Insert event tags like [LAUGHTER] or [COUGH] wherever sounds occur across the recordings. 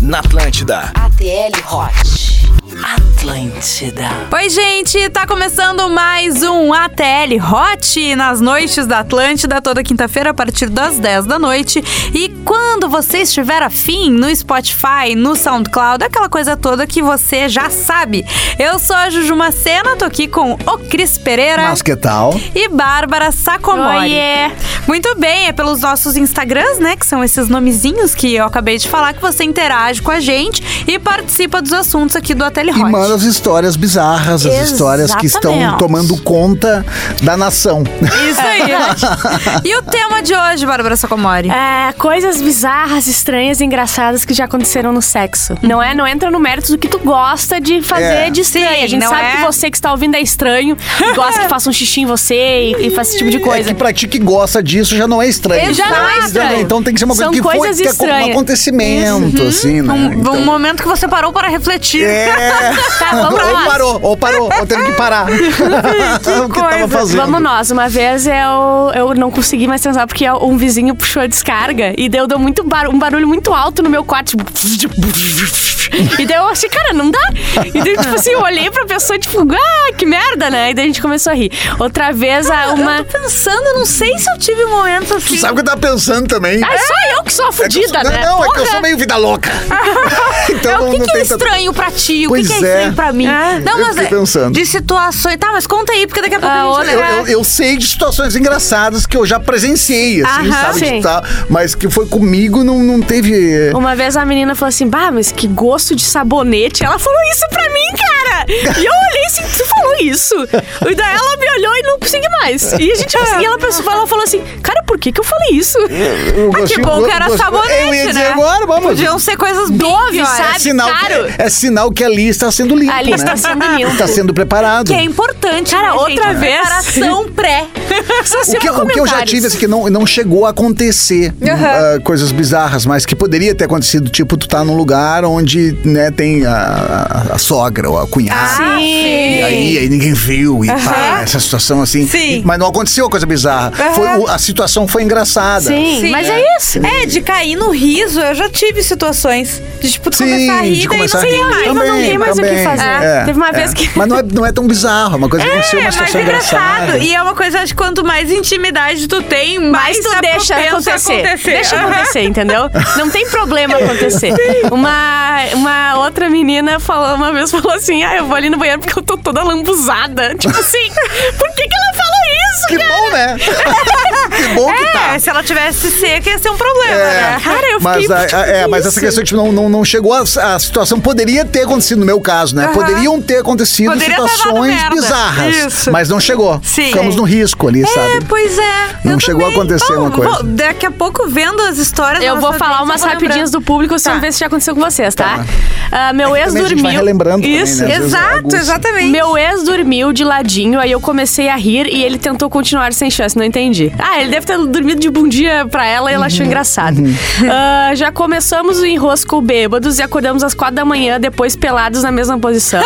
na Atlântida. ATL Hot. Atlântida. Oi, gente, tá começando mais um ATL Hot nas noites da Atlântida, toda quinta-feira a partir das 10 da noite. E quando você estiver afim, no Spotify, no SoundCloud, aquela coisa toda que você já sabe. Eu sou a Juju Macena, tô aqui com o Cris Pereira. Mas que tal? E Bárbara Sacomori. Oiê. Muito bem, é pelos nossos Instagrams, né? Que são esses nomezinhos que eu acabei de falar, que você interage com a gente e participa dos assuntos aqui do Ateli E Hot. manda as histórias bizarras, as histórias que estão Exatamente. tomando conta da nação. Isso aí. né? [LAUGHS] e o tema de hoje, Bárbara Sacomori? É, coisas bizarras, estranhas e engraçadas que já aconteceram no sexo. Não é? Não entra no mérito do que tu gosta de fazer É. de estranho. Sim, a gente não sabe é- que você que está ouvindo é estranho, e gosta [LAUGHS] que faça um xixi em você e, e faça esse tipo de [LAUGHS] É coisa. que pra ti que gosta disso já não é estranho. Exato. Então, Então tem que ser uma coisa São que foi coisas que é estranhas. Uhum. um acontecimento, assim, né? Um, Então- um momento que você parou para refletir. [LAUGHS] É. Tá, vamos [LAUGHS] ou nós. parou, ou parou, ou teve que [LAUGHS] parar. [LAUGHS] o que coisa. tava fazendo. Vamos nós, uma vez eu, eu não consegui mais transar porque um vizinho puxou a descarga e deu, deu muito bar- um barulho muito alto no meu quarto. Tipo, e daí eu achei, cara, não dá. E daí, tipo assim, eu olhei pra pessoa, tipo, ah, que merda, né? E daí a gente começou a rir. Outra vez, É a uma. Eu tô pensando, eu não sei se eu tive momentos assim. Tu sabe o que eu tava pensando também? Ah, só eu que sou a É que eu fudida, sou- né? Não, não, é que eu Porra. sou meio vida [LAUGHS] louca. [LAUGHS] então É, o não, que, não que é tem tanto- estranho pra ti? O Pois que, que é é. estranho pra mim? É. Não, Eu mas fiquei é, pensando. de situações. Tá, mas conta aí, porque daqui a pouco Ah, a outra- gente... Eu, eu- eu sei de situações engraçadas que eu já presenciei, assim, Aham. sabe? de Sim. tal, mas que foi comigo, não, não teve. é, Uma vez a menina falou assim, bah, mas que gosto de sabonete. Ela falou isso pra mim, cara. E eu olhei assim, tu falou isso. E daí ela me olhou e não consegui mais. E a gente e ela, pensou, ela falou assim, cara, por que que eu falei isso? O Ah, que gostinho- bom que era gostinho- sabonete, Eu ia dizer né? agora, vamos. Podiam ser coisas bem Dove, piores. sabe? É sinal, Claro. que, é sinal que ali está sendo limpo, Ali né? está sendo limpo. [LAUGHS] Está sendo preparado. Que é importante, Cara, né, outra gente? vez. Preparação pré. Só O assim, que, ó, o que eu já comentários. tive, assim, que não, não chegou a acontecer Aham. ah, coisas bizarras, mas que poderia ter acontecido, tipo, tu tá num lugar onde, né, tem a, a- a sogra ou a cunhada. E Ah, sim. aí, aí ninguém viu, e pá, Aham. essa situação assim. Sim. Mas não aconteceu a coisa bizarra. Aham. Foi o- a situação foi engraçada. Sim, Sim. mas é isso. É, de cair no riso, eu já tive situações. De tipo, tu Sim, começar a rir, de daí começar não a sei rir. mais. Também, não tem mais o que fazer. É, Teve uma é. vez que- Mas não é, não é tão bizarro, é uma coisa que aconteceu, uma É, mas situação é engraçado. engraçada. E é uma coisa, acho que quanto mais intimidade tu tem, Mas mais tu é propenso deixa a acontecer. acontecer. Deixa Aham. acontecer, entendeu? Não tem problema acontecer. [LAUGHS] Uma, uma outra menina falou, uma vez falou assim: Ah, eu vou ali no banheiro porque eu tô toda lambuzada. [LAUGHS] Tipo assim, por que, que ela falou Que isso? bom, [LAUGHS] né? que bom que tá. É, É, se ela tivesse seca, ia ser um problema, né? Cara, eu mas, fiquei. a- "Tipo, a- é, que mas essa isso?" questão tipo, não, não, não chegou a, a situação poderia ter acontecido no meu caso, né? Aham. Poderiam ter acontecido Poderia ter dado situações merda. bizarras, Isso. mas não chegou. Sim. Ficamos no risco ali, É, sabe? pois é. Não Eu chegou a também. acontecer Bom, uma coisa. vou- daqui a pouco, vendo as histórias... Eu da vou nossa falar audiência, umas eu vou rapidinhas lembrar. do público, só Tá. vamos ver se já aconteceu com vocês, tá? Ah, meu É também a ex gente vai dormiu. relembrando também, né? Isso. Às vezes é Exato, aguça. exatamente. Meu ex dormiu de ladinho, aí eu comecei a rir e ele tentou continuar sem chance, não entendi. Ah, ele deve ter dormido de bom dia pra ela e ela Uhum. achou engraçado. Ah, já começamos o enrosco bêbados e acordamos às quatro da manhã, depois pelados na mesma [LAUGHS] posição.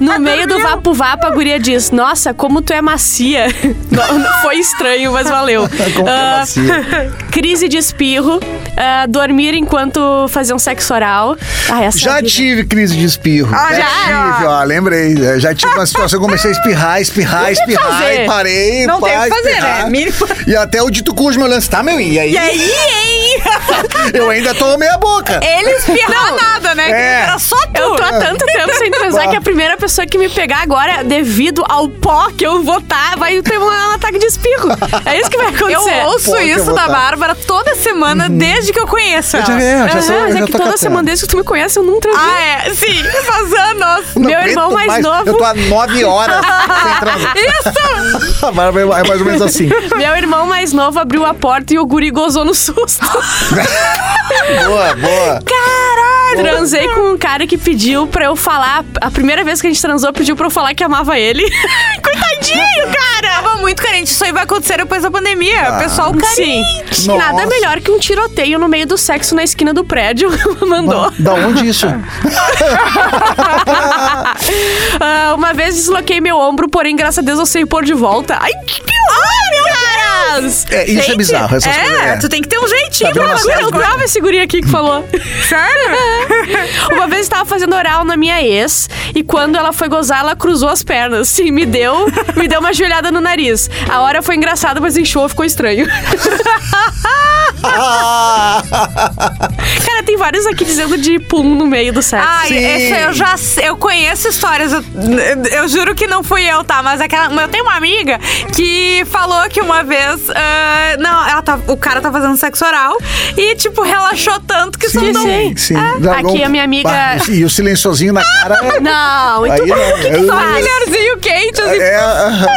No meio do vapo vapo, a guria diz: Nossa, como tu é macia. [LAUGHS] Não, não foi estranho, mas valeu. [LAUGHS] Como tu é Ah, macia. [LAUGHS] Crise de espirro, ah, dormir enquanto faziam sexo oral. Ah, essa Já vida. tive crise de espirro. Ah, já, já? tive, ó, lembrei. É, Já tive uma situação, eu comecei a espirrar, [LAUGHS] espirrar, espirrar, fazer. e parei. Não pá, tem o que fazer, espirrar. né? Mínimo. E até o dito cujo meu lance, tá, meu? E aí? E aí, hein? Eu ainda tomei a boca. É, Ele espirrar nada, né? É. Era só tu. Eu [LAUGHS] tô há tanto tempo sem transar que a primeira pessoa que me pegar agora, devido ao pó que eu vou tá, vai ter um ataque de espirro. É isso que vai Eu acontecer. ouço Pô, que eu isso vou da tá. Bárbara toda semana, desde que eu conheço ela. já- é, eu já sou- Aham, eu mas já é tô que toda catando. semana desde que tu me conhece, eu não transei. Ah, é? Sim, faz anos. Não meu aguento irmão mais novo- Eu tô há nove horas [LAUGHS] sem transar. Isso! A Bárbara é mais ou menos assim. Ah. Meu irmão mais novo abriu a porta e o guri gozou [GASPS] no susto. Boa, boa. Transei com um cara que pediu pra eu falar. A primeira vez que a gente transou, pediu pra eu falar que amava ele. [LAUGHS] Coitadinho, cara! Tava muito carente. Isso aí vai acontecer depois da pandemia. Ah. O pessoal Sim. carente. Nossa. Nada melhor que um tiroteio no meio do sexo na esquina do prédio. [LAUGHS] Mandou. Da onde [LAUGHS] isso? Ah, uma vez desloquei meu ombro, porém, graças a Deus, eu sei pôr de volta. Ai, que pior, meu caras! É, isso é bizarro. Essas é, coisas, é. tu tem que ter um jeitinho Tá vendo uma pra fazer série as Eu de- coisas. tava esse guri aqui que falou. Sério? estava fazendo oral na minha ex e quando ela foi gozar, ela cruzou as pernas. Sim, me deu, me deu uma joelhada no nariz. A hora foi engraçada, mas inchou, ficou estranho. [LAUGHS] Cara, tem vários aqui dizendo de pum no meio do sexo. Ai, Sim. esse eu já sei- eu conheço histórias. Eu, eu juro que não fui eu, tá? Mas aquela, eu tenho uma amiga que falou que uma vez, ah, não, ela tá- o cara tá fazendo sexo oral e tipo relaxou tanto que Sim, soltou. um sim. Sim. aqui a minha amiga- Ah, E o silenciozinho na cara. [LAUGHS] Não, então Aí não. Eu- Só um milharzinho quente, assim. É, aham.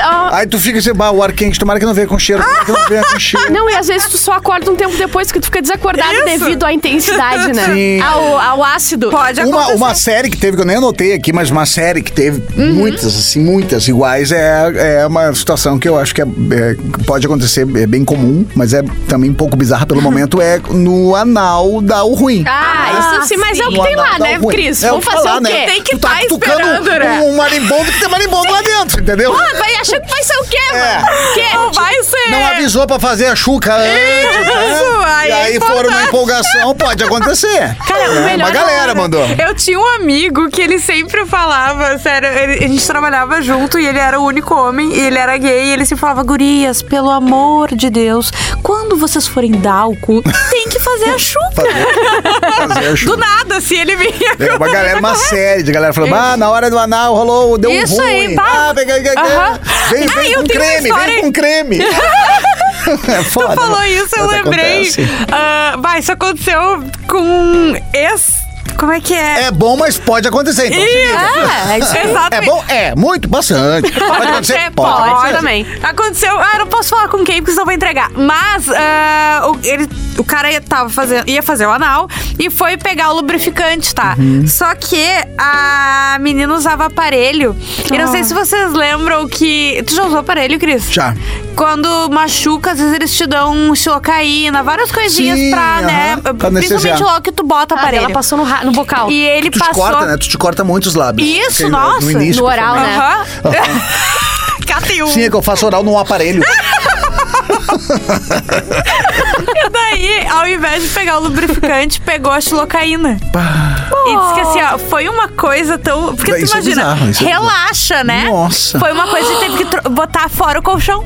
Ah, Aí tu fica assim, bah, o ar quente, tomara que não venha com cheiro, tomara que não venha com cheiro. Não, e às vezes tu só acorda um tempo depois que tu fica desacordado Isso. devido à intensidade, né? Sim. Ao, ao ácido. Pode Uma, acontecer. uma série que teve, que eu nem anotei aqui, mas uma série que teve muitas, assim, muitas iguais, é, é uma situação que eu acho que é- é- pode acontecer, é bem comum, mas é também um pouco bizarra pelo momento, é no anal dá o ruim. Ah, Ah, isso sim, mas é o No que tem anal lá, dá né, o ruim. Cris? É Vamos que tá fazer lá, o quê? né? Tem que tu tá tá tucando esperando, né? um marimbondo que tem marimbondo lá dentro, entendeu? Ah, vai achar que vai ser o quê, É. mano? Que? Não vai ser. Não avisou pra fazer a chuca antes, Isso, né? aí E é aí foram na importante. empolgação, pode acontecer. Cara, o É, melhor uma galera agora. mandou. Eu tinha um amigo que ele sempre falava, sério, ele- a gente trabalhava junto e ele era o único homem e ele era gay e ele sempre falava, gurias, pelo amor de Deus, quando vocês forem dar o cu, tem que fazer a chuca. Fazer [LAUGHS] a Do chuca. nada, se ele vinha. É, uma galera, uma série de galera falando, ah, na hora do anal rolou, deu Isso um ruim. aí, pá. ah, vem, vem, vem, Aham. vem, Ah, vem eu com tenho uma creme, história. vem com [LAUGHS] creme. É foda. Tu falou né? isso, eu Mas lembrei. acontece. Ah, vai, isso aconteceu com um ex. Como é que é? É bom, mas pode acontecer. Então, se liga. É, é exatamente. bom? É, muito, [LAUGHS] bastante. Pode É, acontecer? pode, acontecer. também. Aconteceu. Ah, eu não posso falar com quem, porque senão vou entregar. Mas ah, o, ele, o cara ia, tava fazendo, ia fazer o anal e foi pegar o lubrificante, tá? Uhum. Só que a menina usava aparelho. E não sei se vocês lembram que. Tu já usou aparelho, Cris? Ah. Já. Quando machuca, às vezes eles te dão xilocaína, várias coisinhas Sim, pra, aham, né? pra anestesiar. principalmente logo que tu bota Ah, aparelho. ela passou no, ra- no bocal. E ele Tu te passou. corta, né? Tu te corta muito os lábios. Isso, Porque, nossa. No, início, No oral, né? Aham. [LAUGHS] Cata um. Sim, é que eu faço oral num aparelho. Ah, Daí, ao invés de pegar o lubrificante, pegou a xilocaína. E disse que assim, ó, foi uma coisa tão. Porque tu Isso é imagina, bizarro, isso é bizarro. relaxa, né? Nossa. Foi uma coisa que teve que tro- botar fora o colchão.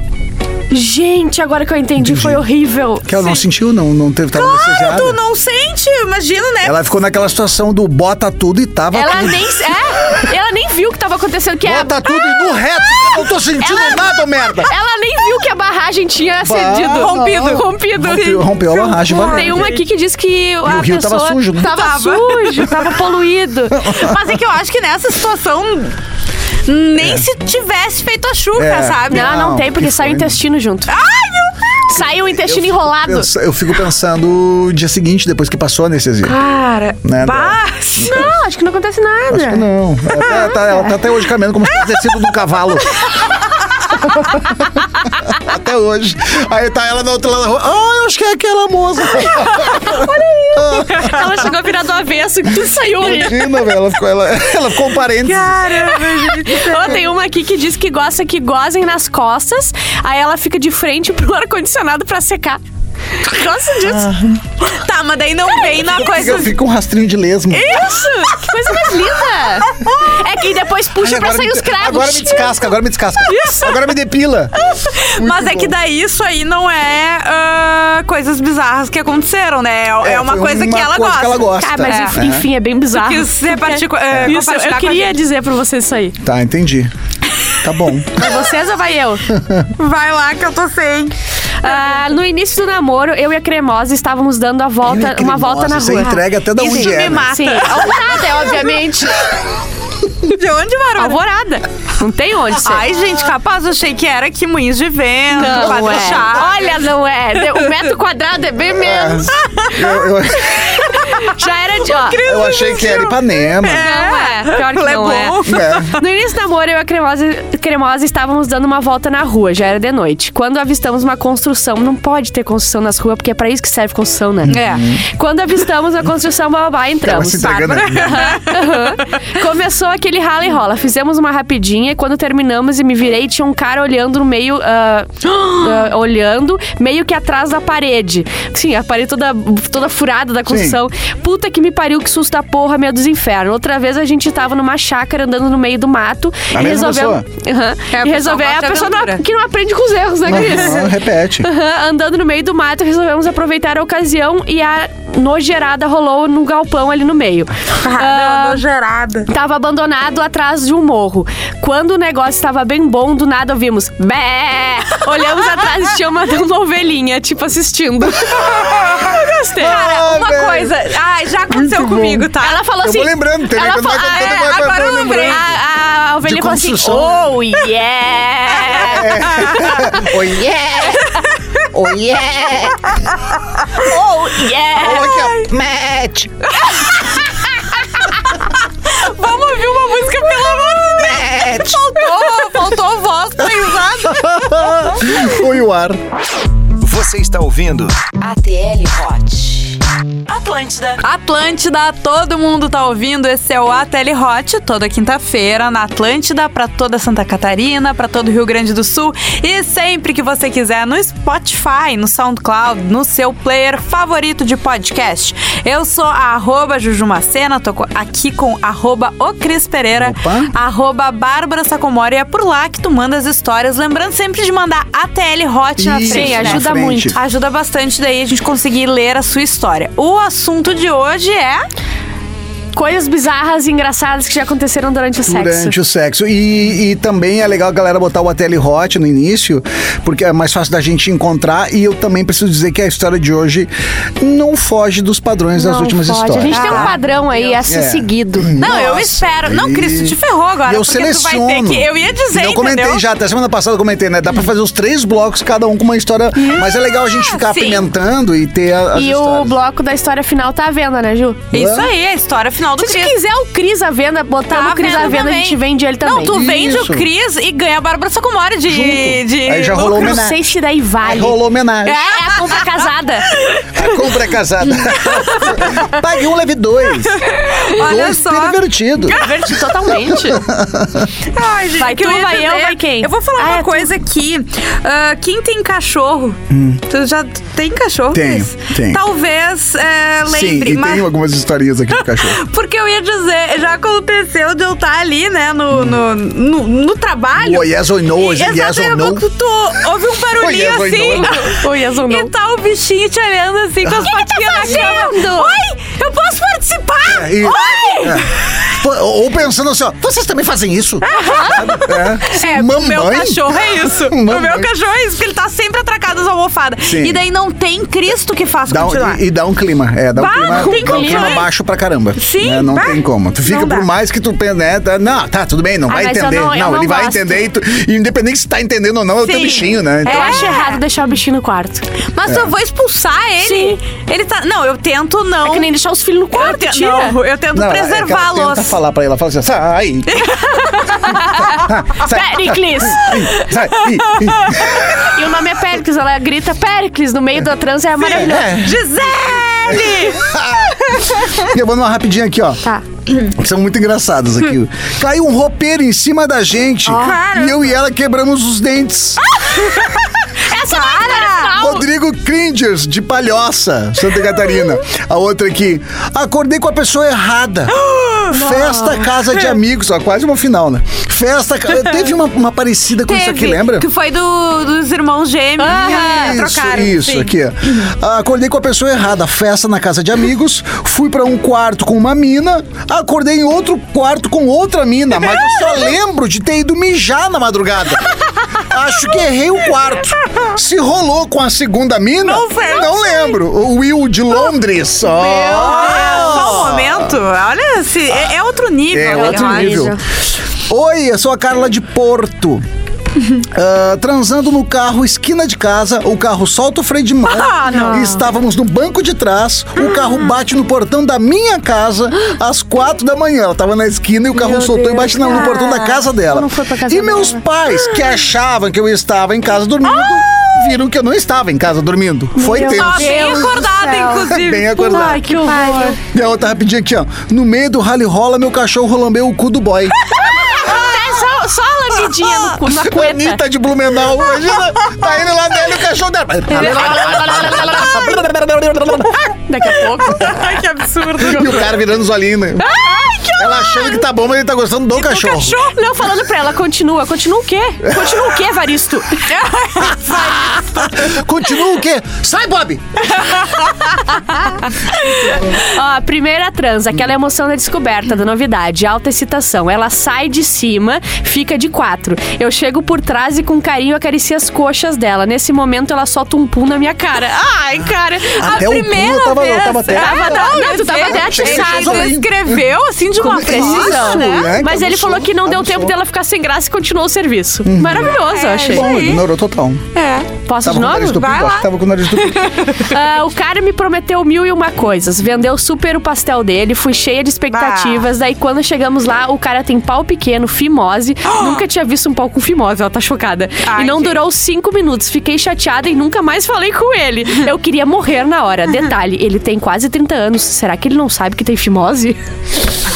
Gente, agora que eu entendi, foi horrível. Que ela não sentiu, não, não teve tava Cara, anestesiada. tu não sente, imagina, né? Ela ficou naquela situação do bota tudo e tava Ela tudo. nem. É, ela nem viu o que tava acontecendo, que é. Bota tá tudo e no reto, eu não tô sentindo nada, ô merda. Ela tá nem viu que a barragem tinha cedido. não. Rompido. Rompido. Rompeu, rompeu a barragem, Tem valeu. uma aqui que diz que a o rio pessoa tava sujo, né? tava Tava. sujo, [LAUGHS] tava poluído. Mas é que eu acho que nessa situação. Nem se tivesse feito a chuca, É. sabe? Não, não, Não, tem, porque que sai o foi. intestino junto. Ai, meu Deus! Sai o intestino enrolado. Pensa- eu fico pensando o dia seguinte, depois que passou a anestesia. Cara, Né, mas... Não, acho que não acontece nada. Não, ela tá, ela tá até hoje caminhando como se tivesse descido de um cavalo. [LAUGHS] até hoje. Aí tá ela na outra lado da rua. Ah, eu acho que é aquela moça. [LAUGHS] Ela chegou virada do avesso e saiu. né? Imagina, velho. Ela ficou, ela, [LAUGHS] ela ficou um parênteses. Caramba, gente. Ó, tem uma aqui que diz que gosta que gozem nas costas, aí ela fica de frente pro [LAUGHS] ar-condicionado pra secar. Gosta Ah. disso. Tá, mas daí não vem na [LAUGHS] coisa. Eu fico um rastrinho de lesma. Isso! Que coisa mais linda! É que depois puxa Ai, pra agora sair me- os cravos. Ah. Agora me descasca, agora me descasca. Agora me depila. Mas Muito é que bom. daí isso aí não é ah, coisas bizarras que aconteceram, né? É, é uma foi coisa, que, ela coisa gosta. que ela gosta. Cara, Ah, mas É. enfim, enfim, é bem bizarro. Quis repartir, co- eh, Isso, compartilhar eu com a queria gente. dizer pra vocês isso aí. Tá, entendi. Tá bom. Pra vocês ou vai [LAUGHS] eu? Vai lá que eu tô sem. Ah, no início do namoro, eu e a Cremosa estávamos dando a volta, Eu e a uma volta na Cremosa, você rua. entrega até da Isso onde me é, né? mata. Sim, alvorada, [LAUGHS] obviamente. De onde, Ah, Marona? Alvorada. Não tem onde ser. Ai, gente, capaz, eu achei que era que moinhos de vento, não Padre é. Chá. Olha, não é. Deu- Um metro quadrado é bem menos. Eu, eu- Já era de. [LAUGHS] Ó, eu achei que era Ipanema. não é. Pior que não é. Leblon. É. No início do namoro, eu e a cremosa, cremosa estávamos dando uma volta na rua, já era de noite. Quando avistamos uma construção, não pode ter construção nas ruas, porque é pra isso que serve construção, né? É. Quando avistamos a construção, babá, Ela entramos. se entregando aqui. Aham. Começou aquele rala e rola. Fizemos uma rapidinha e quando terminamos e me virei, tinha um cara olhando no meio. [GASPS] ah, ah, olhando, meio que atrás da parede. Sim, a parede toda, toda furada da construção. Puta que me pariu, que susto da porra, meu dos infernos. Outra vez a gente tava numa chácara andando no meio do mato A e mesma resolveu. pessoa? Aham. É, a e pessoa resolveu. É gosta de a pessoa não- aventura. que não aprende com os erros, né, Cris? Não, repete. Aham, andando no meio do mato, resolvemos aproveitar a ocasião e a nojerada rolou num galpão ali no meio. Ah, gerada. Tava abandonado atrás de um morro. Quando o negócio estava bem bom, do nada ouvimos bé. Olhamos atrás e tinha uma novelinha, [LAUGHS] tipo assistindo. Eu gostei. Cara, uma velho. coisa. Ai, já aconteceu Muito bom. comigo, tá? Ela falou Eu assim. vou lembrando, tem ela quando vai falou- contando, ah, vai- vai- agora vai eu lembrei. lembrando. A, a ovelhinha De falou assim: construção. [LAUGHS] Oh, yeah! Oi. Oh [LAUGHS] yeah! Oh, yeah! Olha aqui, Match! Vamos ouvir uma música, pelo amor de Deus. Match! Faltou, Oh, faltou voz pra risada. [LAUGHS] ó. Foi o ar. Você está ouvindo? ATL Hot. Atlântida, todo mundo tá ouvindo. Esse é o ATL Hot, toda quinta-feira na Atlântida, pra toda Santa Catarina, pra todo o Rio Grande do Sul. E sempre que você quiser, no Spotify, no SoundCloud, no seu player favorito de podcast. Eu sou a arroba Jujumacena, tô co- aqui com arroba o Cris Pereira, Opa. arroba Bárbara Sacomori. É por lá que tu manda as histórias. Lembrando sempre de mandar ATL Hot na Isso, frente, Sim, né? na ajuda frente. muito. Ajuda bastante daí a gente conseguir ler a sua história. O assunto de hoje é. Coisas bizarras e engraçadas que já aconteceram durante o sexo. Durante o sexo. E, e também é legal a galera botar o ATL Hot no início, porque é mais fácil da gente encontrar. E eu também preciso dizer que a história de hoje não foge dos padrões das Não últimas pode. histórias. A gente tem um Ah, padrão aí a ser É. seguido. Não, eu Nossa, espero. Não, e- Cris, tu te ferrou agora. E eu porque tu vai ter seleciono. que. Eu ia dizer, Eu comentei entendeu? já, até semana passada eu comentei, né? Dá pra fazer os três blocos, cada um com uma história. Mas é legal a gente ficar sim. apimentando e ter a- as E o histórias. bloco da história final tá à venda, né, Ju? Isso aí, a história final do Se Cris. a gente quiser o Cris à venda, botar Tá o Cris à vendo venda, a também. gente vende ele também. Não, tu vende Isso. o Cris e ganha a Bárbara Sacomori de. Junto. de Aí já lucro. rolou Não homenagem. sei se daí Aí vale. rolou homenagem. É a [LAUGHS] compra casada. A compra é casada. [LAUGHS] Pague um, leve dois. Olha dois só. pervertido. É Divertido [LAUGHS] totalmente. Ai, gente, Vai o que tu, ia vai eu, dizer- vai quem? Eu vou falar Ah, uma é tu. coisa aqui. Ah, quem tem cachorro? Tu já tem cachorro? Hum. Tenho, Cris? tenho. Talvez é, Sim, lembre, e mas. tem algumas historinhas aqui do cachorro. [LAUGHS] Porque eu ia dizer, já aconteceu de eu estar ali, né, no, no, no, no trabalho. Oh, yes or no, E is it yes exatamente, or no? Tu, tu ouve [LAUGHS] um barulhinho Oh, yes or assim. [LAUGHS] Ou yes ou E não. tá o bichinho te olhando [LAUGHS] assim com as tá patinhas na cama. Oi, eu posso participar? [LAUGHS] É, e- É. Oi! Pô, Ou pensando assim, ó, vocês também fazem isso? É, o Mamãe? meu cachorro é isso. O meu [LAUGHS] Mamãe. cachorro é isso, porque ele tá sempre atracado às almofadas. Sim. E daí não tem Cristo que faça Dá um- continuar. e, e dá um clima, é, dá um Bah, clima, não tem dá um clima, clima hein? baixo pra caramba. Sim, né? Não bah. tem como. Tu fica Não por dá. mais que tu pense, né, tá- não, tá, tudo bem, não Ah, vai mas eu entender. não- eu não ele vai gosto. entender e tu, e independente se tá entendendo ou não, é o teu Sim. bichinho, né? Eu Então, acho errado deixar o bichinho no quarto. é. Mas eu vou expulsar ele. Sim. Ele tá. Não, eu tento não. É que nem deixar os filhos no eu, quarto, te- tira. não, eu tento não, é que ela preservá-los. Tenta falar pra ela, fala assim, [LAUGHS] sai. sai, Pericles! sai. E o nome é Pericles, ela grita Pericles no meio da trança, é maravilhoso. É. [LAUGHS] Gisele! Eu vou numa rapidinha aqui, ó. Tá. que São muito engraçados aqui. Caiu um roupeiro em cima da gente. Cara. E eu e ela quebramos os dentes. [LAUGHS] Essa é uma história final. Rodrigo Cringers, de Palhoça, Santa Catarina. A outra aqui. Acordei com a pessoa [GASPS] errada. Festa Casa de Amigos. Ó, quase uma final, né? Festa... ca- [LAUGHS] Teve uma, uma parecida com isso aqui, Teve, lembra? Que foi do- dos irmãos gêmeos. né? isso, trocaram. isso sim. aqui. Ah, Acordei com a pessoa errada. Festa na casa de amigos. Fui pra um quarto com uma mina. Acordei em outro quarto com outra mina. Mas eu só lembro de ter ido mijar na madrugada. Acho que errei o quarto. Se rolou com a segunda mina, Não sei, não lembro. O Will de Londres. Ó. Ah, Só um momento. Olha, se, é, é outro nível. É eu outro acho. nível. Oi, eu sou a Carla de [LAUGHS] Porto. Ah, transando no carro, esquina de casa, o carro solta o freio de mão. Ah, não. E estávamos no banco de trás, o Ah. carro bate no portão da minha casa às quatro da manhã. Ela tava na esquina e o carro soltou e bate no- no portão da casa dela. não foi pra casa Ah. e meus pais, que achavam que eu estava em casa dormindo, viram que eu não estava em casa dormindo. Foi Deus. Tá tenso. bem Deus do acordado, céu. inclusive. Bem acordado. Ai, que horror. E a outra rapidinho aqui, ó. No meio do rally rola, meu cachorro lambeu o cu do boy. É só, só a comidinha no, cu- na cueta. Anitta de Blumenau, imagina, tá indo lá dela e o cachorro dela. Daqui a pouco. [LAUGHS] Ai, que absurdo. E o cara virando os olhinhos, né? Ela achando que tá bom, mas ele tá gostando do cachorro. Cachorro. Não, falando pra ela, continua. Continua o quê? Continua o quê, Varisto? É, Continua o quê? Sai, Bob! Ó, a primeira trans, aquela emoção da descoberta, da novidade, alta excitação. Ela sai de cima, fica de quatro. Eu chego por trás e com carinho acaricio as coxas dela. Nesse momento, ela solta um pum na minha cara. Ai, cara. Até a o primeira pulo tava, vez. tava até. Tava, tava, não, tu tava até Chega, atiçado. chega, Ele escreveu assim de uma Como- é precisão. Isso, né? Que Mas ele absurdo, falou que não deu tempo absurdo. dela ficar sem graça e continuou o serviço. Maravilhoso, eu achei. Bom, ignorou total. [LAUGHS] É. Posso Tava com de o novo? nariz tupido, Vai lá. acho que tava com o nariz tupido. Ah, o cara me prometeu mil e uma coisas. Vendeu super o pastel dele, fui cheia de expectativas. Daí quando chegamos lá, o cara tem pau [GASPS] pequeno, fimose. Nunca tinha visto um pau com fimose, ela tá chocada. Ai, e não gente. durou cinco minutos. Fiquei chateada e nunca mais falei com [LAUGHS] ele. Eu queria morrer na hora. Detalhe, ele tem quase 30 anos. Será que ele não sabe que tem fimose? [LAUGHS]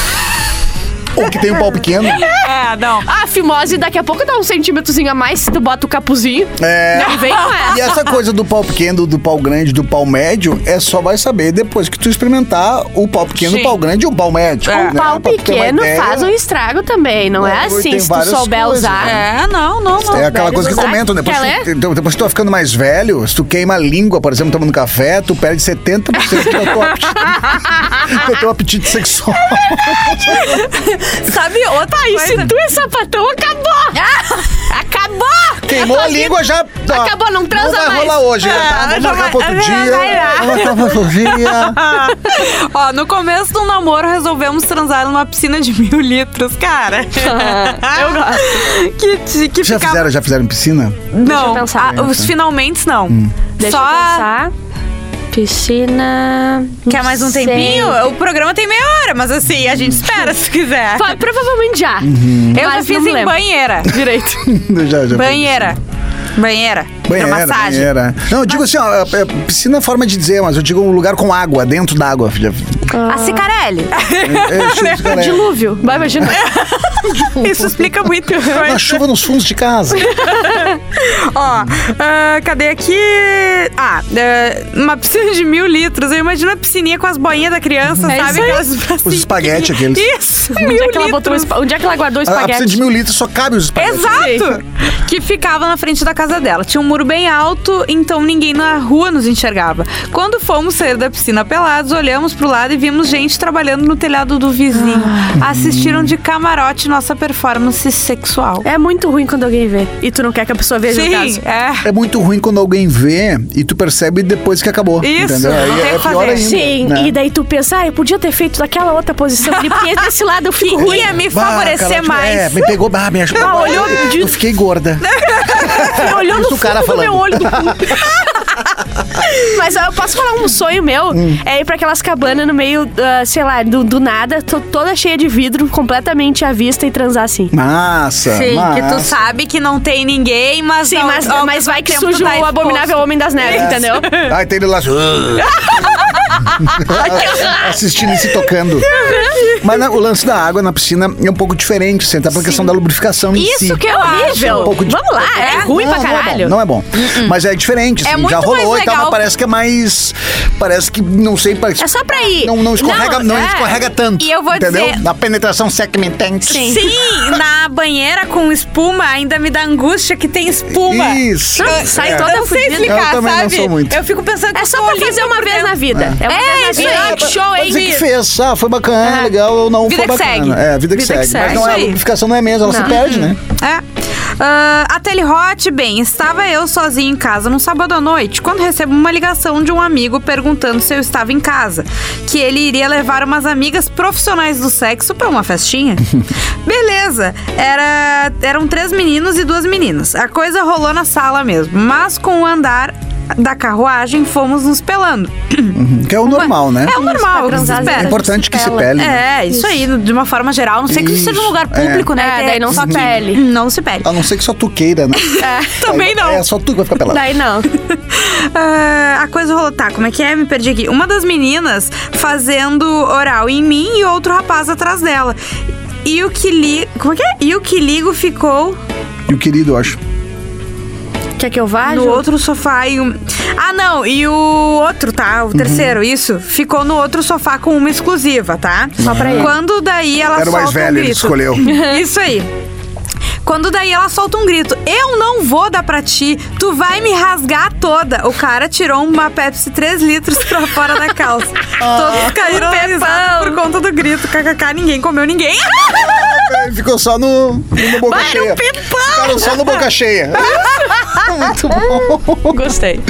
Ou que tem um pau pequeno. É, não. Ah, fimose daqui a pouco dá um centímetrozinho a mais se tu bota o capuzinho. É. E vem [LAUGHS] com essa. E essa coisa do pau pequeno, do pau grande, do pau médio, é só vai saber depois que tu experimentar o pau pequeno, Sim. o pau grande e o pau médio. É. né? O Um pau Pra tu ter uma pequeno ideia. faz um estrago também, não é Tem assim se tu várias souber coisas, né? usar. É, não, não, não. É aquela coisa que Usar. comentam, depois, Quer tu- de- depois que tu tá ficando mais velho, se tu queima a língua, por exemplo, tomando café, tu perde 70% da [LAUGHS] tua apetite- do teu apetite sexual. Sabe outra Aí, coisa? se tu é sapatão, acabou! Acabou! Queimou a língua, já... ó, Acabou, não transa Não vai mais. rolar hoje, né? É, tá? Vamos já marcar vai- pra outro já dia. vai lá. Vamos marcar pra outro dia. [LAUGHS] Ó, no começo do namoro resolvemos transar numa piscina de [LAUGHS] mil litros, cara. [LAUGHS] Eu gosto. Que, ti- que Já ficava- fizeram, já fizeram piscina? [LAUGHS] Não, eu pensar. ah, os finalmente não. Hum. Deixa Só. eu pensar. Piscina. Quer mais um Sei. tempinho? O programa tem meia hora, mas assim, a gente espera se [LAUGHS] quiser. Fa- Provavelmente já. Uhum. Eu já Mas não fiz me em lembro. banheira. [LAUGHS] Direito. Eu já, já Banheira. Banheira. Banheira, Hidromassagem. banheira. Não, eu digo assim, ó, é- é piscina é forma de dizer, mas eu digo um lugar com água, dentro d'água. filha. Ah, A Cicarelli. É, é, [LAUGHS] chuva de galera. Dilúvio. É Vai, imagina. Isso explica muito. [LAUGHS] Na chuva nos fundos de casa. Ó, ah, cadê aqui? Ah, é, uma piscina de mil litros. Eu imagino a piscininha com as boinhas da criança, É sabe? isso aí. Aquelas bracinhas. Os espaguete aqueles. Isso, mil [LAUGHS] Onde é, que ela botou o litros. espa- Onde é que ela guardou o Ah, A, a piscina espaguete? de mil litros só cabe os espaguetes. Exato! Que ficava na frente da casa dela. Tinha um muro bem alto, então ninguém na rua nos enxergava. Quando fomos sair da piscina pelados, olhamos pro lado e vimos gente trabalhando no telhado do vizinho. Assistiram de camarote nossa performance sexual. É muito ruim quando alguém vê. E tu não quer que a pessoa veja o caso. Sim, é. É muito ruim quando alguém vê e tu percebe depois que acabou. Isso, entendeu? Aí não tem o é que pior fazer. ainda. Sim, né? e daí tu pensa, ah, eu podia ter feito daquela outra posição ali, porque desse lado eu fico ruim. Ia me Bah, favorecer cara, tipo, mais. É, me pegou, bah, me ajudou. Ah, olhou de- eu fiquei [LAUGHS] gorda. [LAUGHS] olhou no Isso o fundo cara do falando. meu olho do cu. [LAUGHS] Mas ó, eu posso falar um sonho meu? Hum. É ir pra aquelas cabanas no meio, ah, sei lá, do, do nada, to- toda cheia de vidro, completamente à vista e transar assim. Massa. Sim, que tu massa. sabe que não tem ninguém, mas Sim, ao- mas, ao mas vai que mesmo tempo surge tá o exposto. abominável Homem das Neves, entendeu? [LAUGHS] Aí tem ele lá. assim, Assistindo e se tocando. Mas né, o lance da água na piscina é um pouco diferente, assim, até pela questão da lubrificação em si. Isso que eu é Horrível. Um pouco de- Vamos lá, é, ruim não, pra caralho. Não é bom, não é bom. Mas é diferente, assim, É já muito mais rolou e tal, legal. mas parece que é mais. Parece que, não sei, parece. É só pra ir. Não, não escorrega, não, é. escorrega tanto. E eu vou entendeu? dizer- Na penetração segmentante. Sim. na banheira com espuma ainda me dá angústia que tem espuma. Isso. Não, sai É. toda Eu sei fudida. explicar, Eu também não sabe? sou muito. Eu fico pensando que É eu só sou pra fazer uma vez na vida. É, uma É, vez na isso vida. aí. Ah, que show, Pode hein? dizer que fez, ah, foi bacana, legal, ou não Vida foi que bacana. segue. É, vida que Vida que segue. Mas segue. não é, a Isso aí. lubrificação não é mesmo, ela se perde, né? É. Ah, a Tele Hot, bem, estava eu sozinho em casa num sábado à noite, quando recebo uma ligação de um amigo perguntando se eu estava em casa, que ele iria levar umas amigas profissionais do sexo para uma [LAUGHS] festinha. Beleza, era, eram três meninos e duas meninas. A coisa rolou na sala mesmo, mas com o andar da carruagem fomos nos pelando. Que é o normal, né? É o normal, pra o que se transar, às É vezes, espera. importante que se Pela. pele. né? É, isso aí, de uma forma geral. Não sei que isso seja um lugar Isso, é. público, né? É, daí não Só se que- pele. [LAUGHS] Não se pele. A não ser que só tu queira, né? [LAUGHS] Também não. É só tu que vai ficar pelado. Daí não. Ah, a coisa rolou. Tá, como é que é? Me perdi aqui. Uma das meninas fazendo oral em mim e outro rapaz atrás dela. E o que li... Como é que é? E o que ligo ficou... E o querido, eu acho. Quer que eu vá? No Ah, Ju? outro sofá e um. Ah, não, e o outro, tá? O Uhum. terceiro, isso. Ficou no outro sofá com uma exclusiva, tá? Só pra ele. Quando daí ela Era o mais solta um velho, ele grito. escolheu. [LAUGHS] Isso aí. Quando daí ela solta um grito, eu não vou dar pra ti, tu vai me rasgar toda. O cara tirou uma Pepsi 3 litros pra fora da calça. Todos caíram na risada por conta do grito. KKK, ninguém comeu ninguém. É, Ficou só no, no boca Para o cheia. pipão! Ficaram só no boca cheia. [LAUGHS] [LAUGHS] Muito bom. Gostei.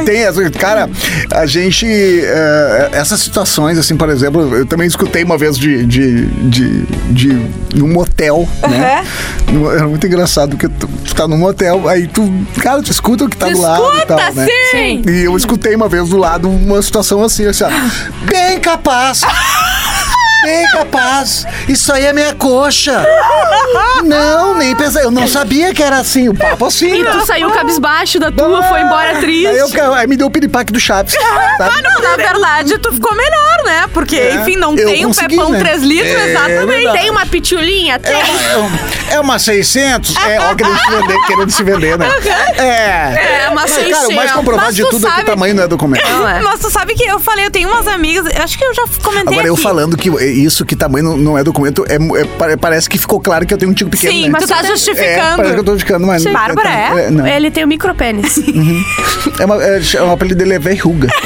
É, tem essa. Cara, a gente. é, essas situações, assim, por exemplo, eu também escutei uma vez de. de, de, de num motel, né? No- Era muito engraçado, porque tu, tu tá num motel, aí tu. Cara, tu escuta o que tá [LAUGHS] do lado e tal, né? sim! E eu escutei uma vez do lado uma situação assim, assim, ó. Bem capaz! Bem capaz! Isso aí é minha coxa! Não, nem pensei. Eu não sabia que era assim, o papo assim. E né? tu saiu cabisbaixo da tua, foi embora triste. Ah, Aí, eu ca- aí me deu o piripaque do Chaves. Tá? sabe? [LAUGHS] Ah, não, na verdade, tu ficou melhor, né? Porque, enfim, não É. eu tem um consegui, pepão né? 3 litros, É exatamente. Tem uma pitulinha? Tem. É, é uma 600? É, ó, querendo se vender, querendo se vender, né? É. É uma Cara, o mais 600. comprovado Mas de tu tudo é que o sabe- tamanho não é documento. Não é. Mas tu sabe que eu falei, eu tenho umas amigas, eu acho que eu já comentei Agora, eu aqui. falando que é isso que tamanho não- não é documento, é, mu- é pa- parece que ficou claro que eu tenho um tico pequeno. Sim, né? mas tu tá É, justificando. parece que eu tô ficando, mas. Sim. Bárbara, é? não. É, Ele tem [LAUGHS] o micropênis. uma, é, é, o apelido dele é verruga. [LAUGHS]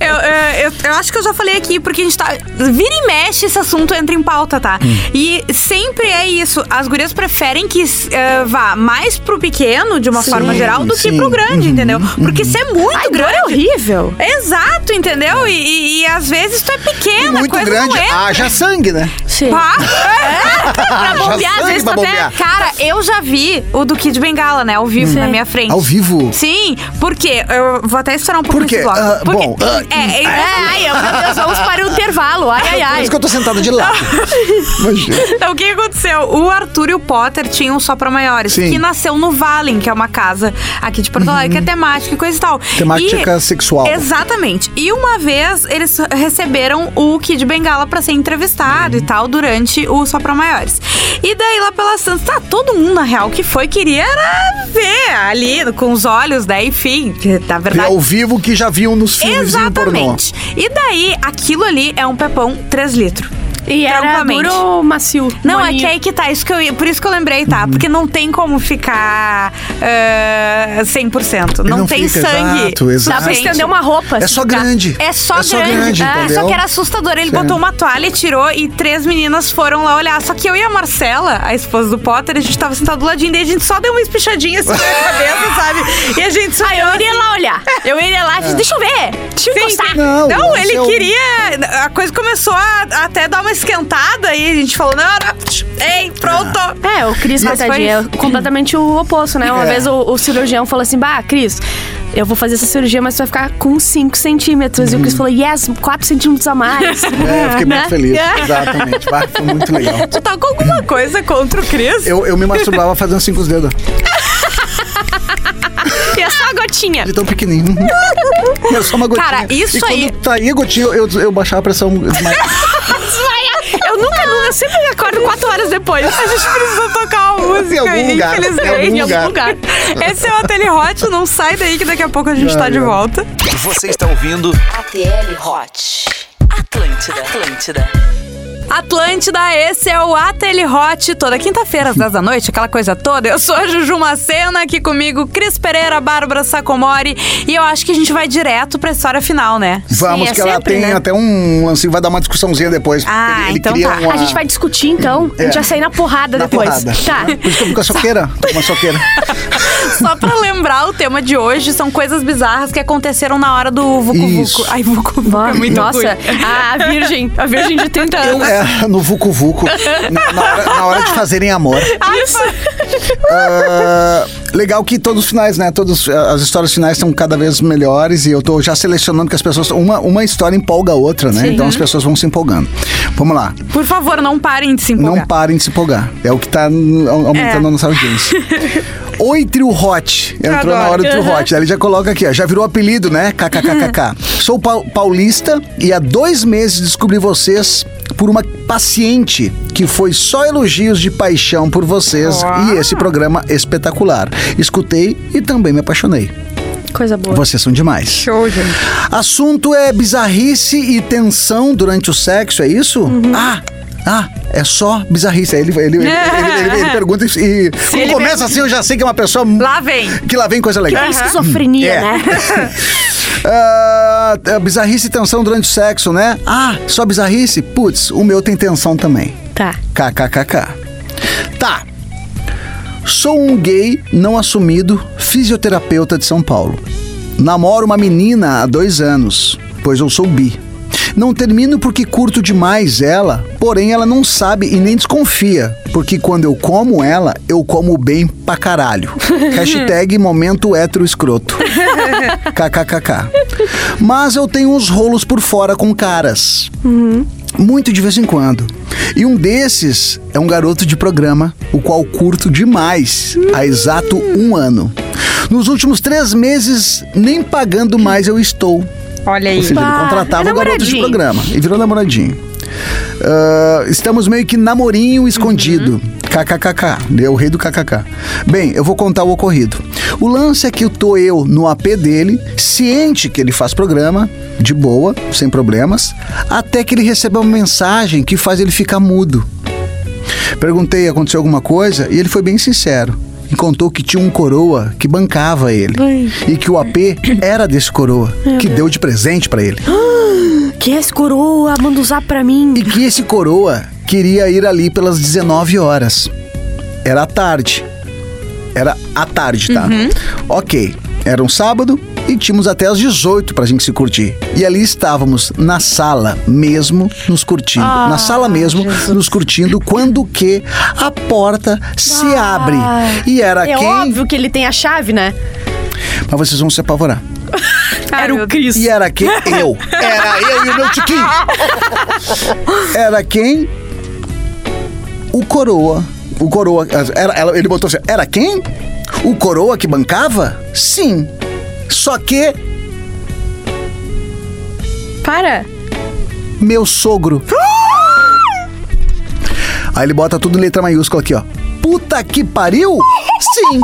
Eu, é, eu, eu- eu acho que eu já falei aqui, porque a gente tá. Vira e mexe, esse assunto entra em pauta, tá? Hum. E sempre é isso. As gurias preferem que eh, vá mais pro pequeno, de uma Sim, forma geral, do que sim. pro grande, Uhum, entendeu? Porque ser muito grande. é horrível. Exato, entendeu? E, e- e às vezes tu [LAUGHS] é pequena, a Muito coisa grande. não é. Haja sangue, né? Sim. Pá. [LAUGHS] pra bombear, É? sangue às vezes pra tu até. bombear. Cara, eu já vi o do Kid Bengala, né? Ao vivo, na minha frente. Ao vivo. Sim, porque eu vou até estourar um pouco Por quê? esse bloco. Ah, Porque- bom, ah, é, é, É, ai, meu Deus, vamos para o intervalo. Ai, ai, Por ai. isso que eu tô sentado de [LAUGHS] lado. Imagina. Então, o que aconteceu? O Arthur e o Potter tinham um só pra maiores, Sim. Uhum. que nasceu no Valen, que é uma casa aqui de Porto Alegre, que é temática e coisa e tal. Temática E- sexual. Exatamente. E uma vez eles receberam o Kid Bengala pra ser entrevistado e tal durante o Só Pra Maiores. E daí lá pela Santos, tá todo mundo na real que foi queria era ver ali com os olhos, né? Enfim, que, na Ver verdade ao vivo que já viam nos filmes em pornô. Exatamente. E daí, aquilo ali é um pepão 3 litros. E era Tranquilamente. duro ou macio? Não, é Molinho? que aí que tá. Isso que eu ia, por isso que eu lembrei, tá? Porque não tem como ficar ah, 100%. Não, não tem fica, sangue. exato, exato. Dá pra estender um uma roupa. É se só ficar. grande. É só grande. Ah, entendeu? É. só que era assustador. Ele Sim. botou uma toalha, tirou e três meninas foram lá olhar. Só que eu e a Marcela, a esposa do Potter, a gente tava sentado do ladinho daí a gente só deu uma [LAUGHS] espichadinha assim na cabeça, sabe? E a gente só. Ah, eu iria lá olhar. Eu iria É. lá e disse, deixa eu ver. Deixa eu encostar. Não, Não, mas ele eu- queria. A coisa começou a até dar uma esquentada e a gente falou: não, não, ei, pronto. Ah. É, o Cris, Mas coitadinho, é completamente o oposto, né? Uma É. vez o, o cirurgião falou assim, bah, Cris, eu vou fazer essa cirurgia, mas tu vai ficar com 5 centímetros. E o Cris falou, yes, 4 centímetros a mais. Uhum. [LAUGHS] É, eu fiquei Né? muito feliz. É. Exatamente. Vai, foi muito legal. Tu tá com alguma coisa contra o Cris? Eu, eu me masturbava fazendo assim com os dedos. E é só a [LAUGHS] gotinha. De tão pequenininho. [LAUGHS] Era só uma gotinha. Cara, isso e aí- quando saía a gotinha, eu, eu baixava a pressão. demais. [LAUGHS] Eu nunca, eu sempre acordo 4 horas depois. A gente precisa tocar uma música, algum lugar, infelizmente. em algum lugar. Esse é o Ateli Hot, não sai daí que daqui a pouco a gente tá de volta. Você está ouvindo ATL Hot. Atlântida. Atlântida. Atlântida, esse é o Ateli Hot, toda quinta-feira às 10 da noite, aquela coisa toda. Eu sou a Juju Macena, aqui comigo Cris Pereira, Bárbara Sacomori, e eu acho que a gente vai direto pra história final, né? Vamos, é que ela sempre, tem né? até um lance, vai dar uma discussãozinha depois. Ah, porque então cria tá. uma- A gente vai discutir então, a gente É. vai sair na porrada na depois. porrada. [LAUGHS] Tá. Por isso que eu fico com a soqueira. Tô com uma soqueira. Só [LAUGHS] pra lembrar, o tema de hoje são coisas bizarras que aconteceram na hora do Vucu Vucu. Isso. Ai, Vucu Vucu. é Nossa, muito ruim. Nossa, a virgem, a virgem de 30 anos. É, no Vucu Vucu. Na, na hora, na hora de fazerem amor. Ah, legal que todos os finais, né? Todos, ah, as histórias finais estão cada vez melhores e eu tô já selecionando que as pessoas. Uma, uma história empolga a outra, né? Então as pessoas vão se empolgando. Vamos lá. Por favor, não parem de se Não empolgar. parem de se empolgar. É o que tá n- au- aumentando a nossa audiência. Oi, trio hot. Entrou na Adoro. hora do trio hot. Aí Ele já coloca aqui, ó. Já virou apelido, né? KKKKK. Sou pau- paulista e há dois meses descobri vocês por uma paciente que foi só elogios de paixão por vocês e esse programa espetacular. Escutei e também me apaixonei. Coisa boa. Vocês são demais. Show, gente. Assunto é bizarrice e tensão durante o sexo, é isso? Ah! Ah, é só bizarrice. Aí Ele, ele, ele, ele- ele- ele pergunta e- e quando ele começa assim, eu já sei que é uma pessoa Lá vem. que lá vem coisa legal. É esquizofrenia, É. né? [LAUGHS] Ah, é bizarrice e tensão durante o sexo, né? Ah, só bizarrice? Putz, o meu tem tensão também. Tá. KKKK. Tá. Sou um gay não assumido, fisioterapeuta de São Paulo. Namoro uma menina há dois anos, pois eu sou bi. Não termino porque curto demais ela, porém ela não sabe e nem desconfia, porque quando eu como ela, eu como bem pra caralho. Hashtag momento hétero escroto. KKKK. Mas eu tenho uns rolos por fora com caras. Uhum. Muito de vez em quando. E um desses é um garoto de programa, o qual curto demais, há exato um ano. Nos últimos três meses, nem pagando mais eu estou. Olha aí. Ou seja, ele Pá, contratava é o garoto de namoradinho. programa e virou namoradinho. Ah, estamos meio que namorinho escondido. KKKK. Ele é o rei do KKK. Bem, eu vou contar o ocorrido. O lance é que eu tô eu no AP dele, ciente que ele faz programa, de boa, sem problemas, até que ele recebeu uma mensagem que faz ele ficar mudo. Perguntei, aconteceu alguma coisa? E ele foi bem sincero. E contou que tinha um coroa que bancava ele. E que o AP era desse coroa, que deu de presente pra ele. Que é esse coroa? Manda usar pra mim. E que esse coroa queria ir ali pelas 19 horas. Era à tarde. Era à tarde, tá? Uhum. Ok. Era um sábado e tínhamos até às 18 pra gente se curtir. E ali estávamos, na sala mesmo, nos curtindo. Ah, na sala mesmo, nos curtindo, quando que a porta se abre. E era É quem. óbvio que ele tem a chave, né? Mas vocês vão se apavorar. Era o Cris. E era quem? Eu. Era eu e o meu tiquinho. Era quem? O coroa. O coroa. Era, ela- ele botou assim. Era quem? O coroa que bancava? Sim. Só que Para. meu sogro. Aí ele bota tudo em letra maiúscula aqui, ó. Puta que pariu? Sim.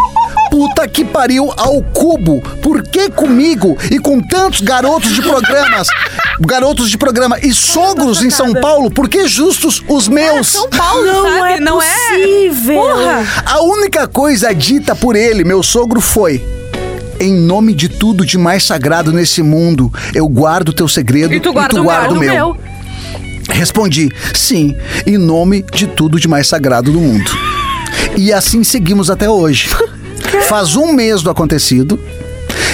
Puta que pariu ao cubo. Por que comigo e com tantos garotos de programas? Garotos de programa e sogros em São Paulo, por que justos os meus? Paulo, Não sabe? é não possível. Porra. A única coisa dita por ele, meu sogro, foi: Em nome de tudo de mais sagrado nesse mundo, eu guardo teu segredo E tu guarda o guarda meu. o meu. Respondi: Sim, em nome de tudo de mais sagrado do mundo. E assim seguimos até hoje. Faz um mês do acontecido.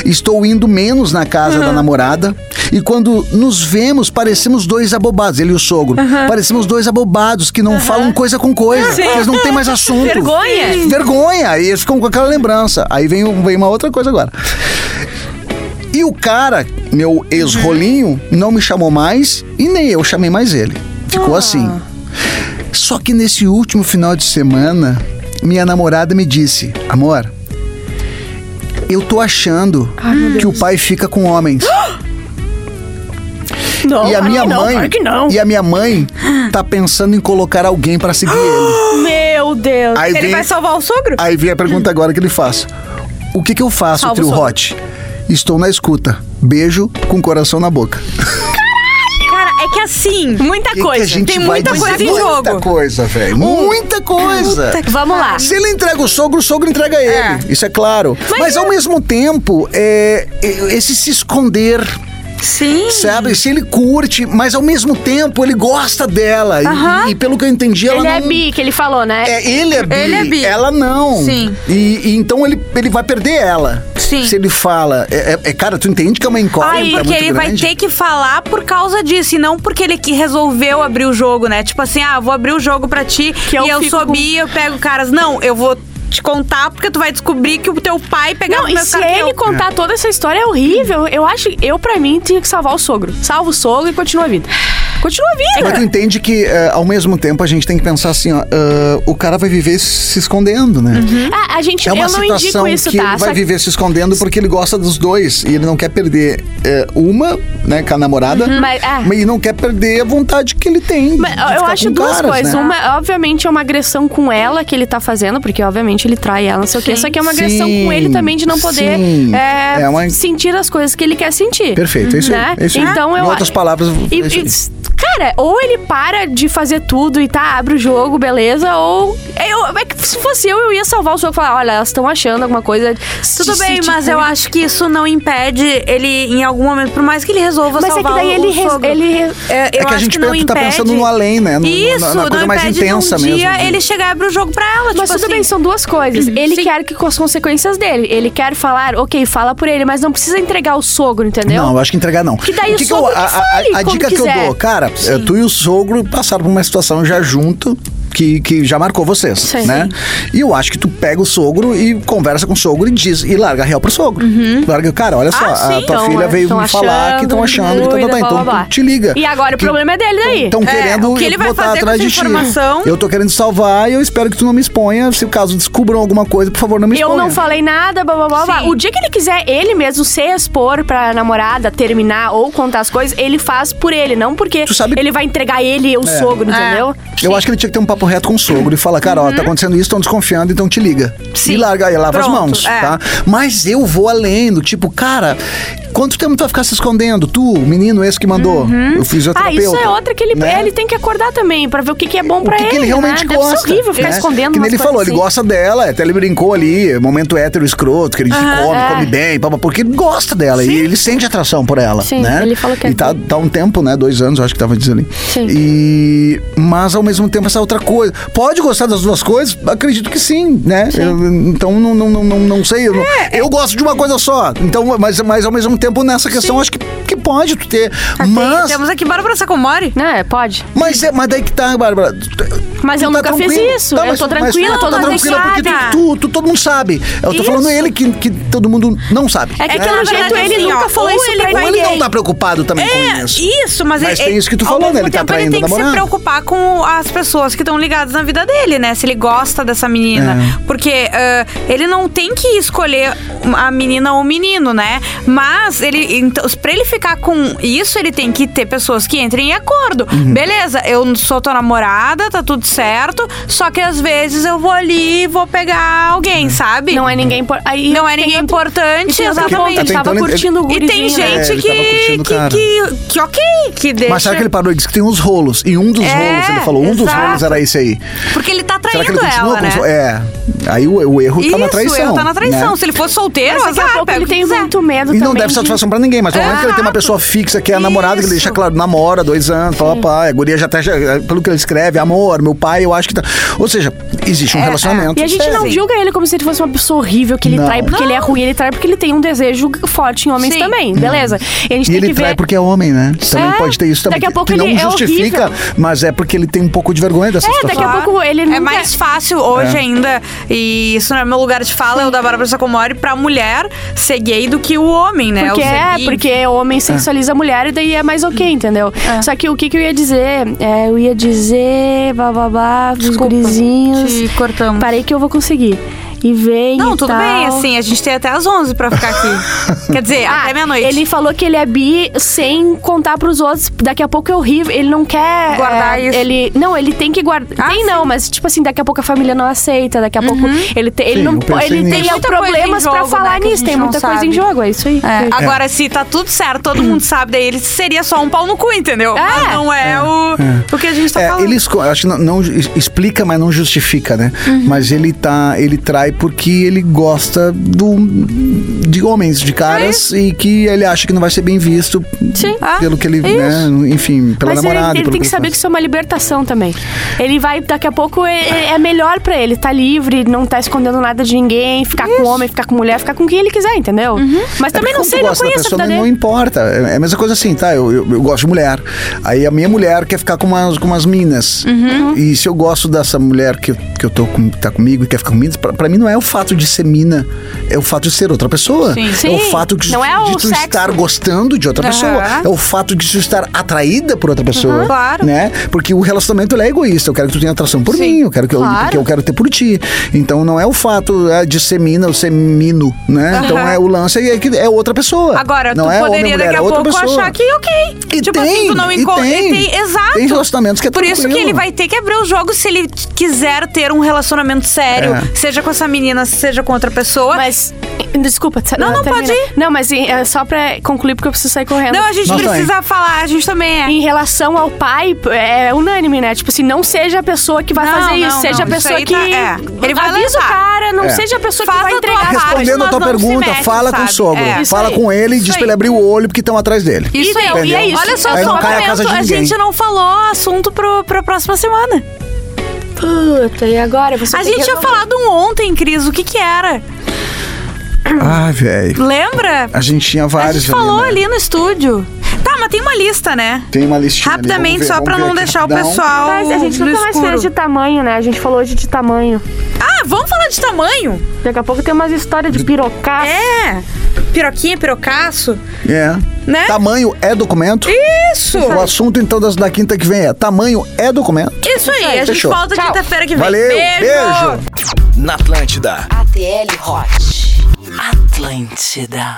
Estou indo menos na casa da namorada. E quando nos vemos, parecemos dois abobados. Ele e o sogro. Parecemos dois abobados que não falam coisa com coisa. Eles não têm mais assunto. Vergonha. Sim. Vergonha. E eles ficam com aquela lembrança. Aí vem, um- vem uma outra coisa agora. E o cara, meu Uhum. ex-rolinho, não me chamou mais e nem eu chamei mais ele. Ah. Ficou assim. Só que nesse último final de semana, minha namorada me disse: Amor, eu tô achando Ah, que o pai fica com [GASPS] homens. Não, e a claro minha que Ah, não, mãe. claro [GASPS] que não. E a minha mãe tá pensando em colocar alguém pra seguir [GASPS] ele. Meu Deus. Aí Ele vem- vai salvar o sogro? Aí vem a pergunta agora que ele faz. O que, que eu faço, Salva o trio sogro. hot? Estou na escuta. Beijo com coração na boca. Cara, é que assim. Muita Que que a coisa. gente tem vai muita dizer? coisa em Muita jogo. coisa, velho. Muita coisa. Vamos lá. Se ele entrega o sogro, o sogro entrega ele. Isso é claro. Mas, ao mesmo tempo, é, é, esse se esconder, Sim. sabe? Se ele curte, mas ao mesmo tempo ele gosta dela. E- E, pelo que eu entendi, ela Ele é não... bi, que ele falou, né? É, ele é bi, Ele é bi. ela não. Sim. E, e então ele, ele vai perder ela. Sim. Se ele fala. É, é- é- cara, tu entende que é uma incógnita Ai, muito porque ele vai grande? ter que falar por causa disso, e não porque ele que resolveu abrir o jogo, né? Tipo assim, ah, vou abrir o jogo pra ti Que eu e eu fico sou com- bi, eu pego caras. Não, eu vou te contar porque tu vai descobrir que o teu pai pegava Não, o e meu se ele contar é toda essa história é horrível. Eu acho, eu pra mim tinha que salvar o sogro. Salva o sogro e continua a vida. Continua vindo. Mas tu entende que, eh, ao mesmo tempo, a gente tem que pensar assim, ó, ah, o cara vai viver se escondendo, né? Ah, a gente, É uma eu não situação indico isso, que tá? ele vai Só que- viver se escondendo porque ele gosta dos dois. E ele não quer perder eh, uma, né, com a namorada. mas- ah. e não quer perder a vontade que ele tem. Mas de eu- eu ficar acho com duas caras, coisas. né? Uma, obviamente, é uma agressão com ela que ele tá fazendo, porque obviamente ele trai ela, não sei o quê. Sim. Só que é uma agressão Sim, com ele também de não poder sim. é, É uma- sentir as coisas que ele quer sentir. Perfeito, é isso aí, né? é isso aí. Então Em eu outras palavras, E- é isso aí. e- cara, ou ele para de fazer tudo e tá, abre o jogo, beleza, ou. Eu, é que se fosse eu, eu ia salvar o jogo e falar: olha, elas estão achando alguma coisa. Tudo bem, mas tipo eu acho que isso não impede ele, em algum momento, por mais que ele resolva Mas é que salvar daí o- ele. o res- sogro. ele É, eu É que a acho gente que não pensa- tá impede. pensando no além, né? No- no- Isso, na- na coisa não mais impede intensa de um dia mesmo, de- ele chegar e abrir o jogo pra ela. Mas tipo tudo assim. bem, são duas coisas. Ele Sim. quer que com as consequências dele. Ele quer falar, ok, fala por ele, mas não precisa entregar o sogro, entendeu? Não, eu acho que entregar não. Que daí o eu, sogro que a, a- fale a como dica que quiser. eu dou, cara, é, tu e o sogro passaram por uma situação já junto. Que, que já marcou vocês, Sim. né? E eu acho que tu pega o sogro e conversa com o sogro e diz e larga a real pro sogro. Larga, cara, olha só, Ah, a sim, tua Então, filha é, veio Uhum. tão me falar que estão achando que tá, tá, dúvida, tá, blá, então blá, blá. tu te liga. E agora o Que- então, problema é dele daí. Estão É, querendo o que ele vai botar fazer com atrás essa de ti. informação? Eu tô querendo salvar e eu espero que tu não me exponha. Se o caso descubram alguma coisa, por favor, não me exponha. Eu não falei nada, blá blá blá, blá. Sim. O dia que ele quiser ele mesmo se expor pra namorada, terminar ou contar as coisas, ele faz por ele, não porque Tu sabe- É. ele vai entregar ele e o sogro, entendeu? Ah. Eu acho que ele tinha que ter um papo reto com o sogro e falar, cara, Uhum. ó, tá acontecendo isso, estão desconfiando, então te liga. Sim. E larga e lava as Pronto, mãos, é. tá? Mas eu vou além do tipo, cara, quanto tempo tu vai ficar se escondendo? Tu, o menino esse que mandou, o Ah, fisioterapeuta. isso é outra que ele, né? ele tem que acordar também, pra ver o que, que é bom o pra que, ele. que ele realmente né? Deve gosta. ser horrível ficar né? escondendo Que nem umas ele coisas falou, ele assim. gosta dela, até ele brincou ali, momento hétero escroto, que ele come, é. come bem, papá, porque ele gosta dela e ele sente atração por ela. Sim, né? ele falou que é E tá, assim. tá um tempo, né? Dois anos, eu acho que tava dizendo ali. Sim. E, mas ao mesmo tempo, essa outra coisa. Pode gostar das duas coisas? Acredito que sim, né? Eu- então não, não, não, não, não sei. Eu, não- É, eu gosto de uma coisa só. Então, mas, mas ao mesmo tempo, nessa questão, acho que, que pode tu ter. Tá, mas. Temos aqui Bárbara Sacomori. Não, é, pode. Mas, é, mas daí que tá, Bárbara. Mas Tu tá eu nunca fiz isso. Eu tô tranquila, tu tô tá tranquila porque adequada. tu, tu, tu- todo mundo sabe. Eu tô falando ele que, que todo mundo não sabe. É que né? na pelo verdade, jeito ele assim, ó, nunca falou ou isso ele pra vai Ou ninguém. ele não tá preocupado também com isso. É, Isso, mas, é, Mas tem isso que tu ao falou, mesmo né? Ele tá tempo, traindo Ele a tem que se namorada. preocupar com as pessoas que estão ligadas na vida dele, né? Se ele gosta dessa menina. É. Porque ah, ele não tem que escolher a menina ou o menino, né? Mas ele. Então, pra ele ficar com isso, ele tem que ter pessoas que entrem em acordo. Uhum. Beleza, eu sou tua namorada, tá tudo certo. Só que às vezes eu vou ali e vou pegar alguém, sabe? Não é ninguém por... aí Não é tem ninguém outro- é importante, e tem outro ponto, exatamente. Ele tava Até então ele- curtindo o Tá E tem gurizinho, né? gente É, ele que, tava curtindo o que, cara. que, que ok, que deixa. Mas será que ele parou? Ele disse que tem uns rolos. E um dos É, rolos, ele falou, um dos exato. rolos era esse aí. Porque ele tá será que ele traindo continua ela, com os né? rolos? É. Aí o, o erro Isso, tá na traição. ele tá na traição. né? Se ele fosse solteiro, Mas daqui a azar, pouco pega ele o que tem quiser. muito medo E também. não deve satisfação pra ninguém, mas no momento que ele tem uma Exato. pessoa fixa, que é a namorada, que ele Isso. deixa claro, namora dois anos, papá, a guria já até, já- é, pelo que ele escreve, amor, meu pai, eu acho que tá. Ou seja, existe um relacionamento. É, E a gente não sério. julga ele como se ele fosse uma pessoa horrível, que ele Não. trai porque ele é ruim, ele trai porque ele tem um desejo forte em homens Sim. também, beleza? E a gente Hum. E tem ele que ver... trai porque é homem, né? Também É. pode ter isso também. Daqui a que- pouco que não ele é justifica, mas é porque ele tem um pouco de vergonha dessa daqui a situação. Claro. pouco ele É nunca- mais fácil hoje É. ainda, e isso não é meu lugar de fala, é o da Bárbara Sacomori, pra mulher ser gay do que o homem, né? Porque o Hum. ser é, bi. porque o homem sensualiza a mulher e daí é mais ok, entendeu? É. Só que o que, que eu ia dizer? É, eu ia dizer, bababá, os Desculpa, gurizinhos. te cortamos. Parei que eu vou conseguir. E vem. Não, e tudo tal. Ah, bem, assim, a gente tem até as 11 pra [LAUGHS] ficar aqui. Quer dizer, até meia-noite. Ele falou que ele é bi sem contar pros outros. Daqui a pouco é horrível. Ele não quer. Guardar é, isso. Ele, não, ele tem que guardar. Ah, Uhum. tem não, mas tipo assim, daqui a pouco a família não aceita. Daqui a pouco ele, tem, ele Sim, não eu pensei Ele nisso. tem Muita coisa em problemas pra jogo, né, falar que a nisso. gente Tem não muita coisa sabe. em jogo, é isso aí. É, Agora, se tá tudo certo, todo mundo sabe, daí ele seria só um pau no cu, entendeu? É. Mas não é, o, o que a gente tá É, falando. ele esco- acho que não, não ju- explica, mas não justifica, né? Uhum. Mas ele tá, ele trai porque ele gosta do, de homens, de caras e que ele acha que não vai ser bem visto É. Sim. pelo que ele, Ah, né, enfim, pela Mas ele- namorada, ele, pelo tem que ele saber que faz. isso é uma libertação também. Ele vai, daqui a pouco, é, é melhor pra ele. Tá livre, não tá escondendo nada de ninguém. Ficar com homem, ficar com mulher, ficar com quem ele quiser, entendeu? Uhum. Mas É porque também não quando tu sei, não gosta da conheço a pessoa, vida não, não dele. importa. É é a mesma coisa assim, tá? Eu, eu, eu gosto de mulher. Aí a minha mulher quer ficar com umas, Uhum. com umas minas. E se eu gosto dessa mulher que, eu- que eu tô com, tá comigo e quer ficar com minas, pra, pra mim não é o fato de ser mina, é o fato de ser outra pessoa. Sim. É Sim. o fato de, Não é de o tu sexo. estar gostando de outra Aham. pessoa. É o fato de tu estar atraída por outra Uhum. pessoa. claro. Né? Porque o relacionamento ele é egoísta. Eu quero que tu tenha atração por mim, eu quero que eu, claro. porque eu quero ter por ti. Então não é o fato é, de ser mina ou ser mino, né? Então Aham. é o lance é que é outra pessoa. Agora, não tu é homem, poderia mulher, daqui a é outra pouco pessoa. achar que ok. E tipo tem, assim, tu não e encontra. tem. Exato. Tem relacionamentos que é Por isso que tranquilo. ele vai ter que abrir o jogo se ele t- quiser ter um relacionamento sério. É. Seja com essa menina, seja com outra pessoa. [LAUGHS] Mas. Desculpa, te- Não, não, termina. pode ir. Não, mas é só pra concluir, porque eu preciso sair correndo. não, a gente Nós precisa falar, a gente também é. Em relação ao pai, é unânime, né? Tipo assim, não seja a pessoa que vai Não, fazer não, isso. Seja não. a Isso pessoa aí que. tá- é. Ele vai avisa o levar. cara, não É. seja a pessoa Faz que vai a tua entregar. parte. Respondendo a Mas tua não se pergunta, mete, fala com sabe? o sogro. É. Isso Fala aí. com ele e Isso diz aí. pra ele abrir o olho porque estão atrás dele. Isso aí, Entendeu? e é isso. Olha só, Aí só não um cai na casa momento, de a ninguém. gente não falou assunto pro, pra próxima semana. Puta, e agora? Você A tem gente que- tinha falado um ontem, Cris, o que que era? Ai, velho. Lembra? A gente tinha A vários gente falou né? ali no estúdio. Tá, mas tem uma lista, né? Tem uma listinha. ali, Rapidamente, vamos ver, só vamos pra ver não aqui deixar o rapidão. pessoal. Mas a gente no nunca mais escuro. fez de tamanho, né? A gente falou hoje de tamanho. Ah, vamos falar de tamanho? Daqui a pouco tem umas histórias de pirocar. É. Piroquinha, pirocaço. É. Né? Tamanho é documento? Isso. O assunto, então, das- da quinta que vem é tamanho é documento? Isso aí. A gente Fechou. volta Tchau. quinta-feira que vem. Valeu, beijo. Na Atlântida. ATL Hot. Atlântida.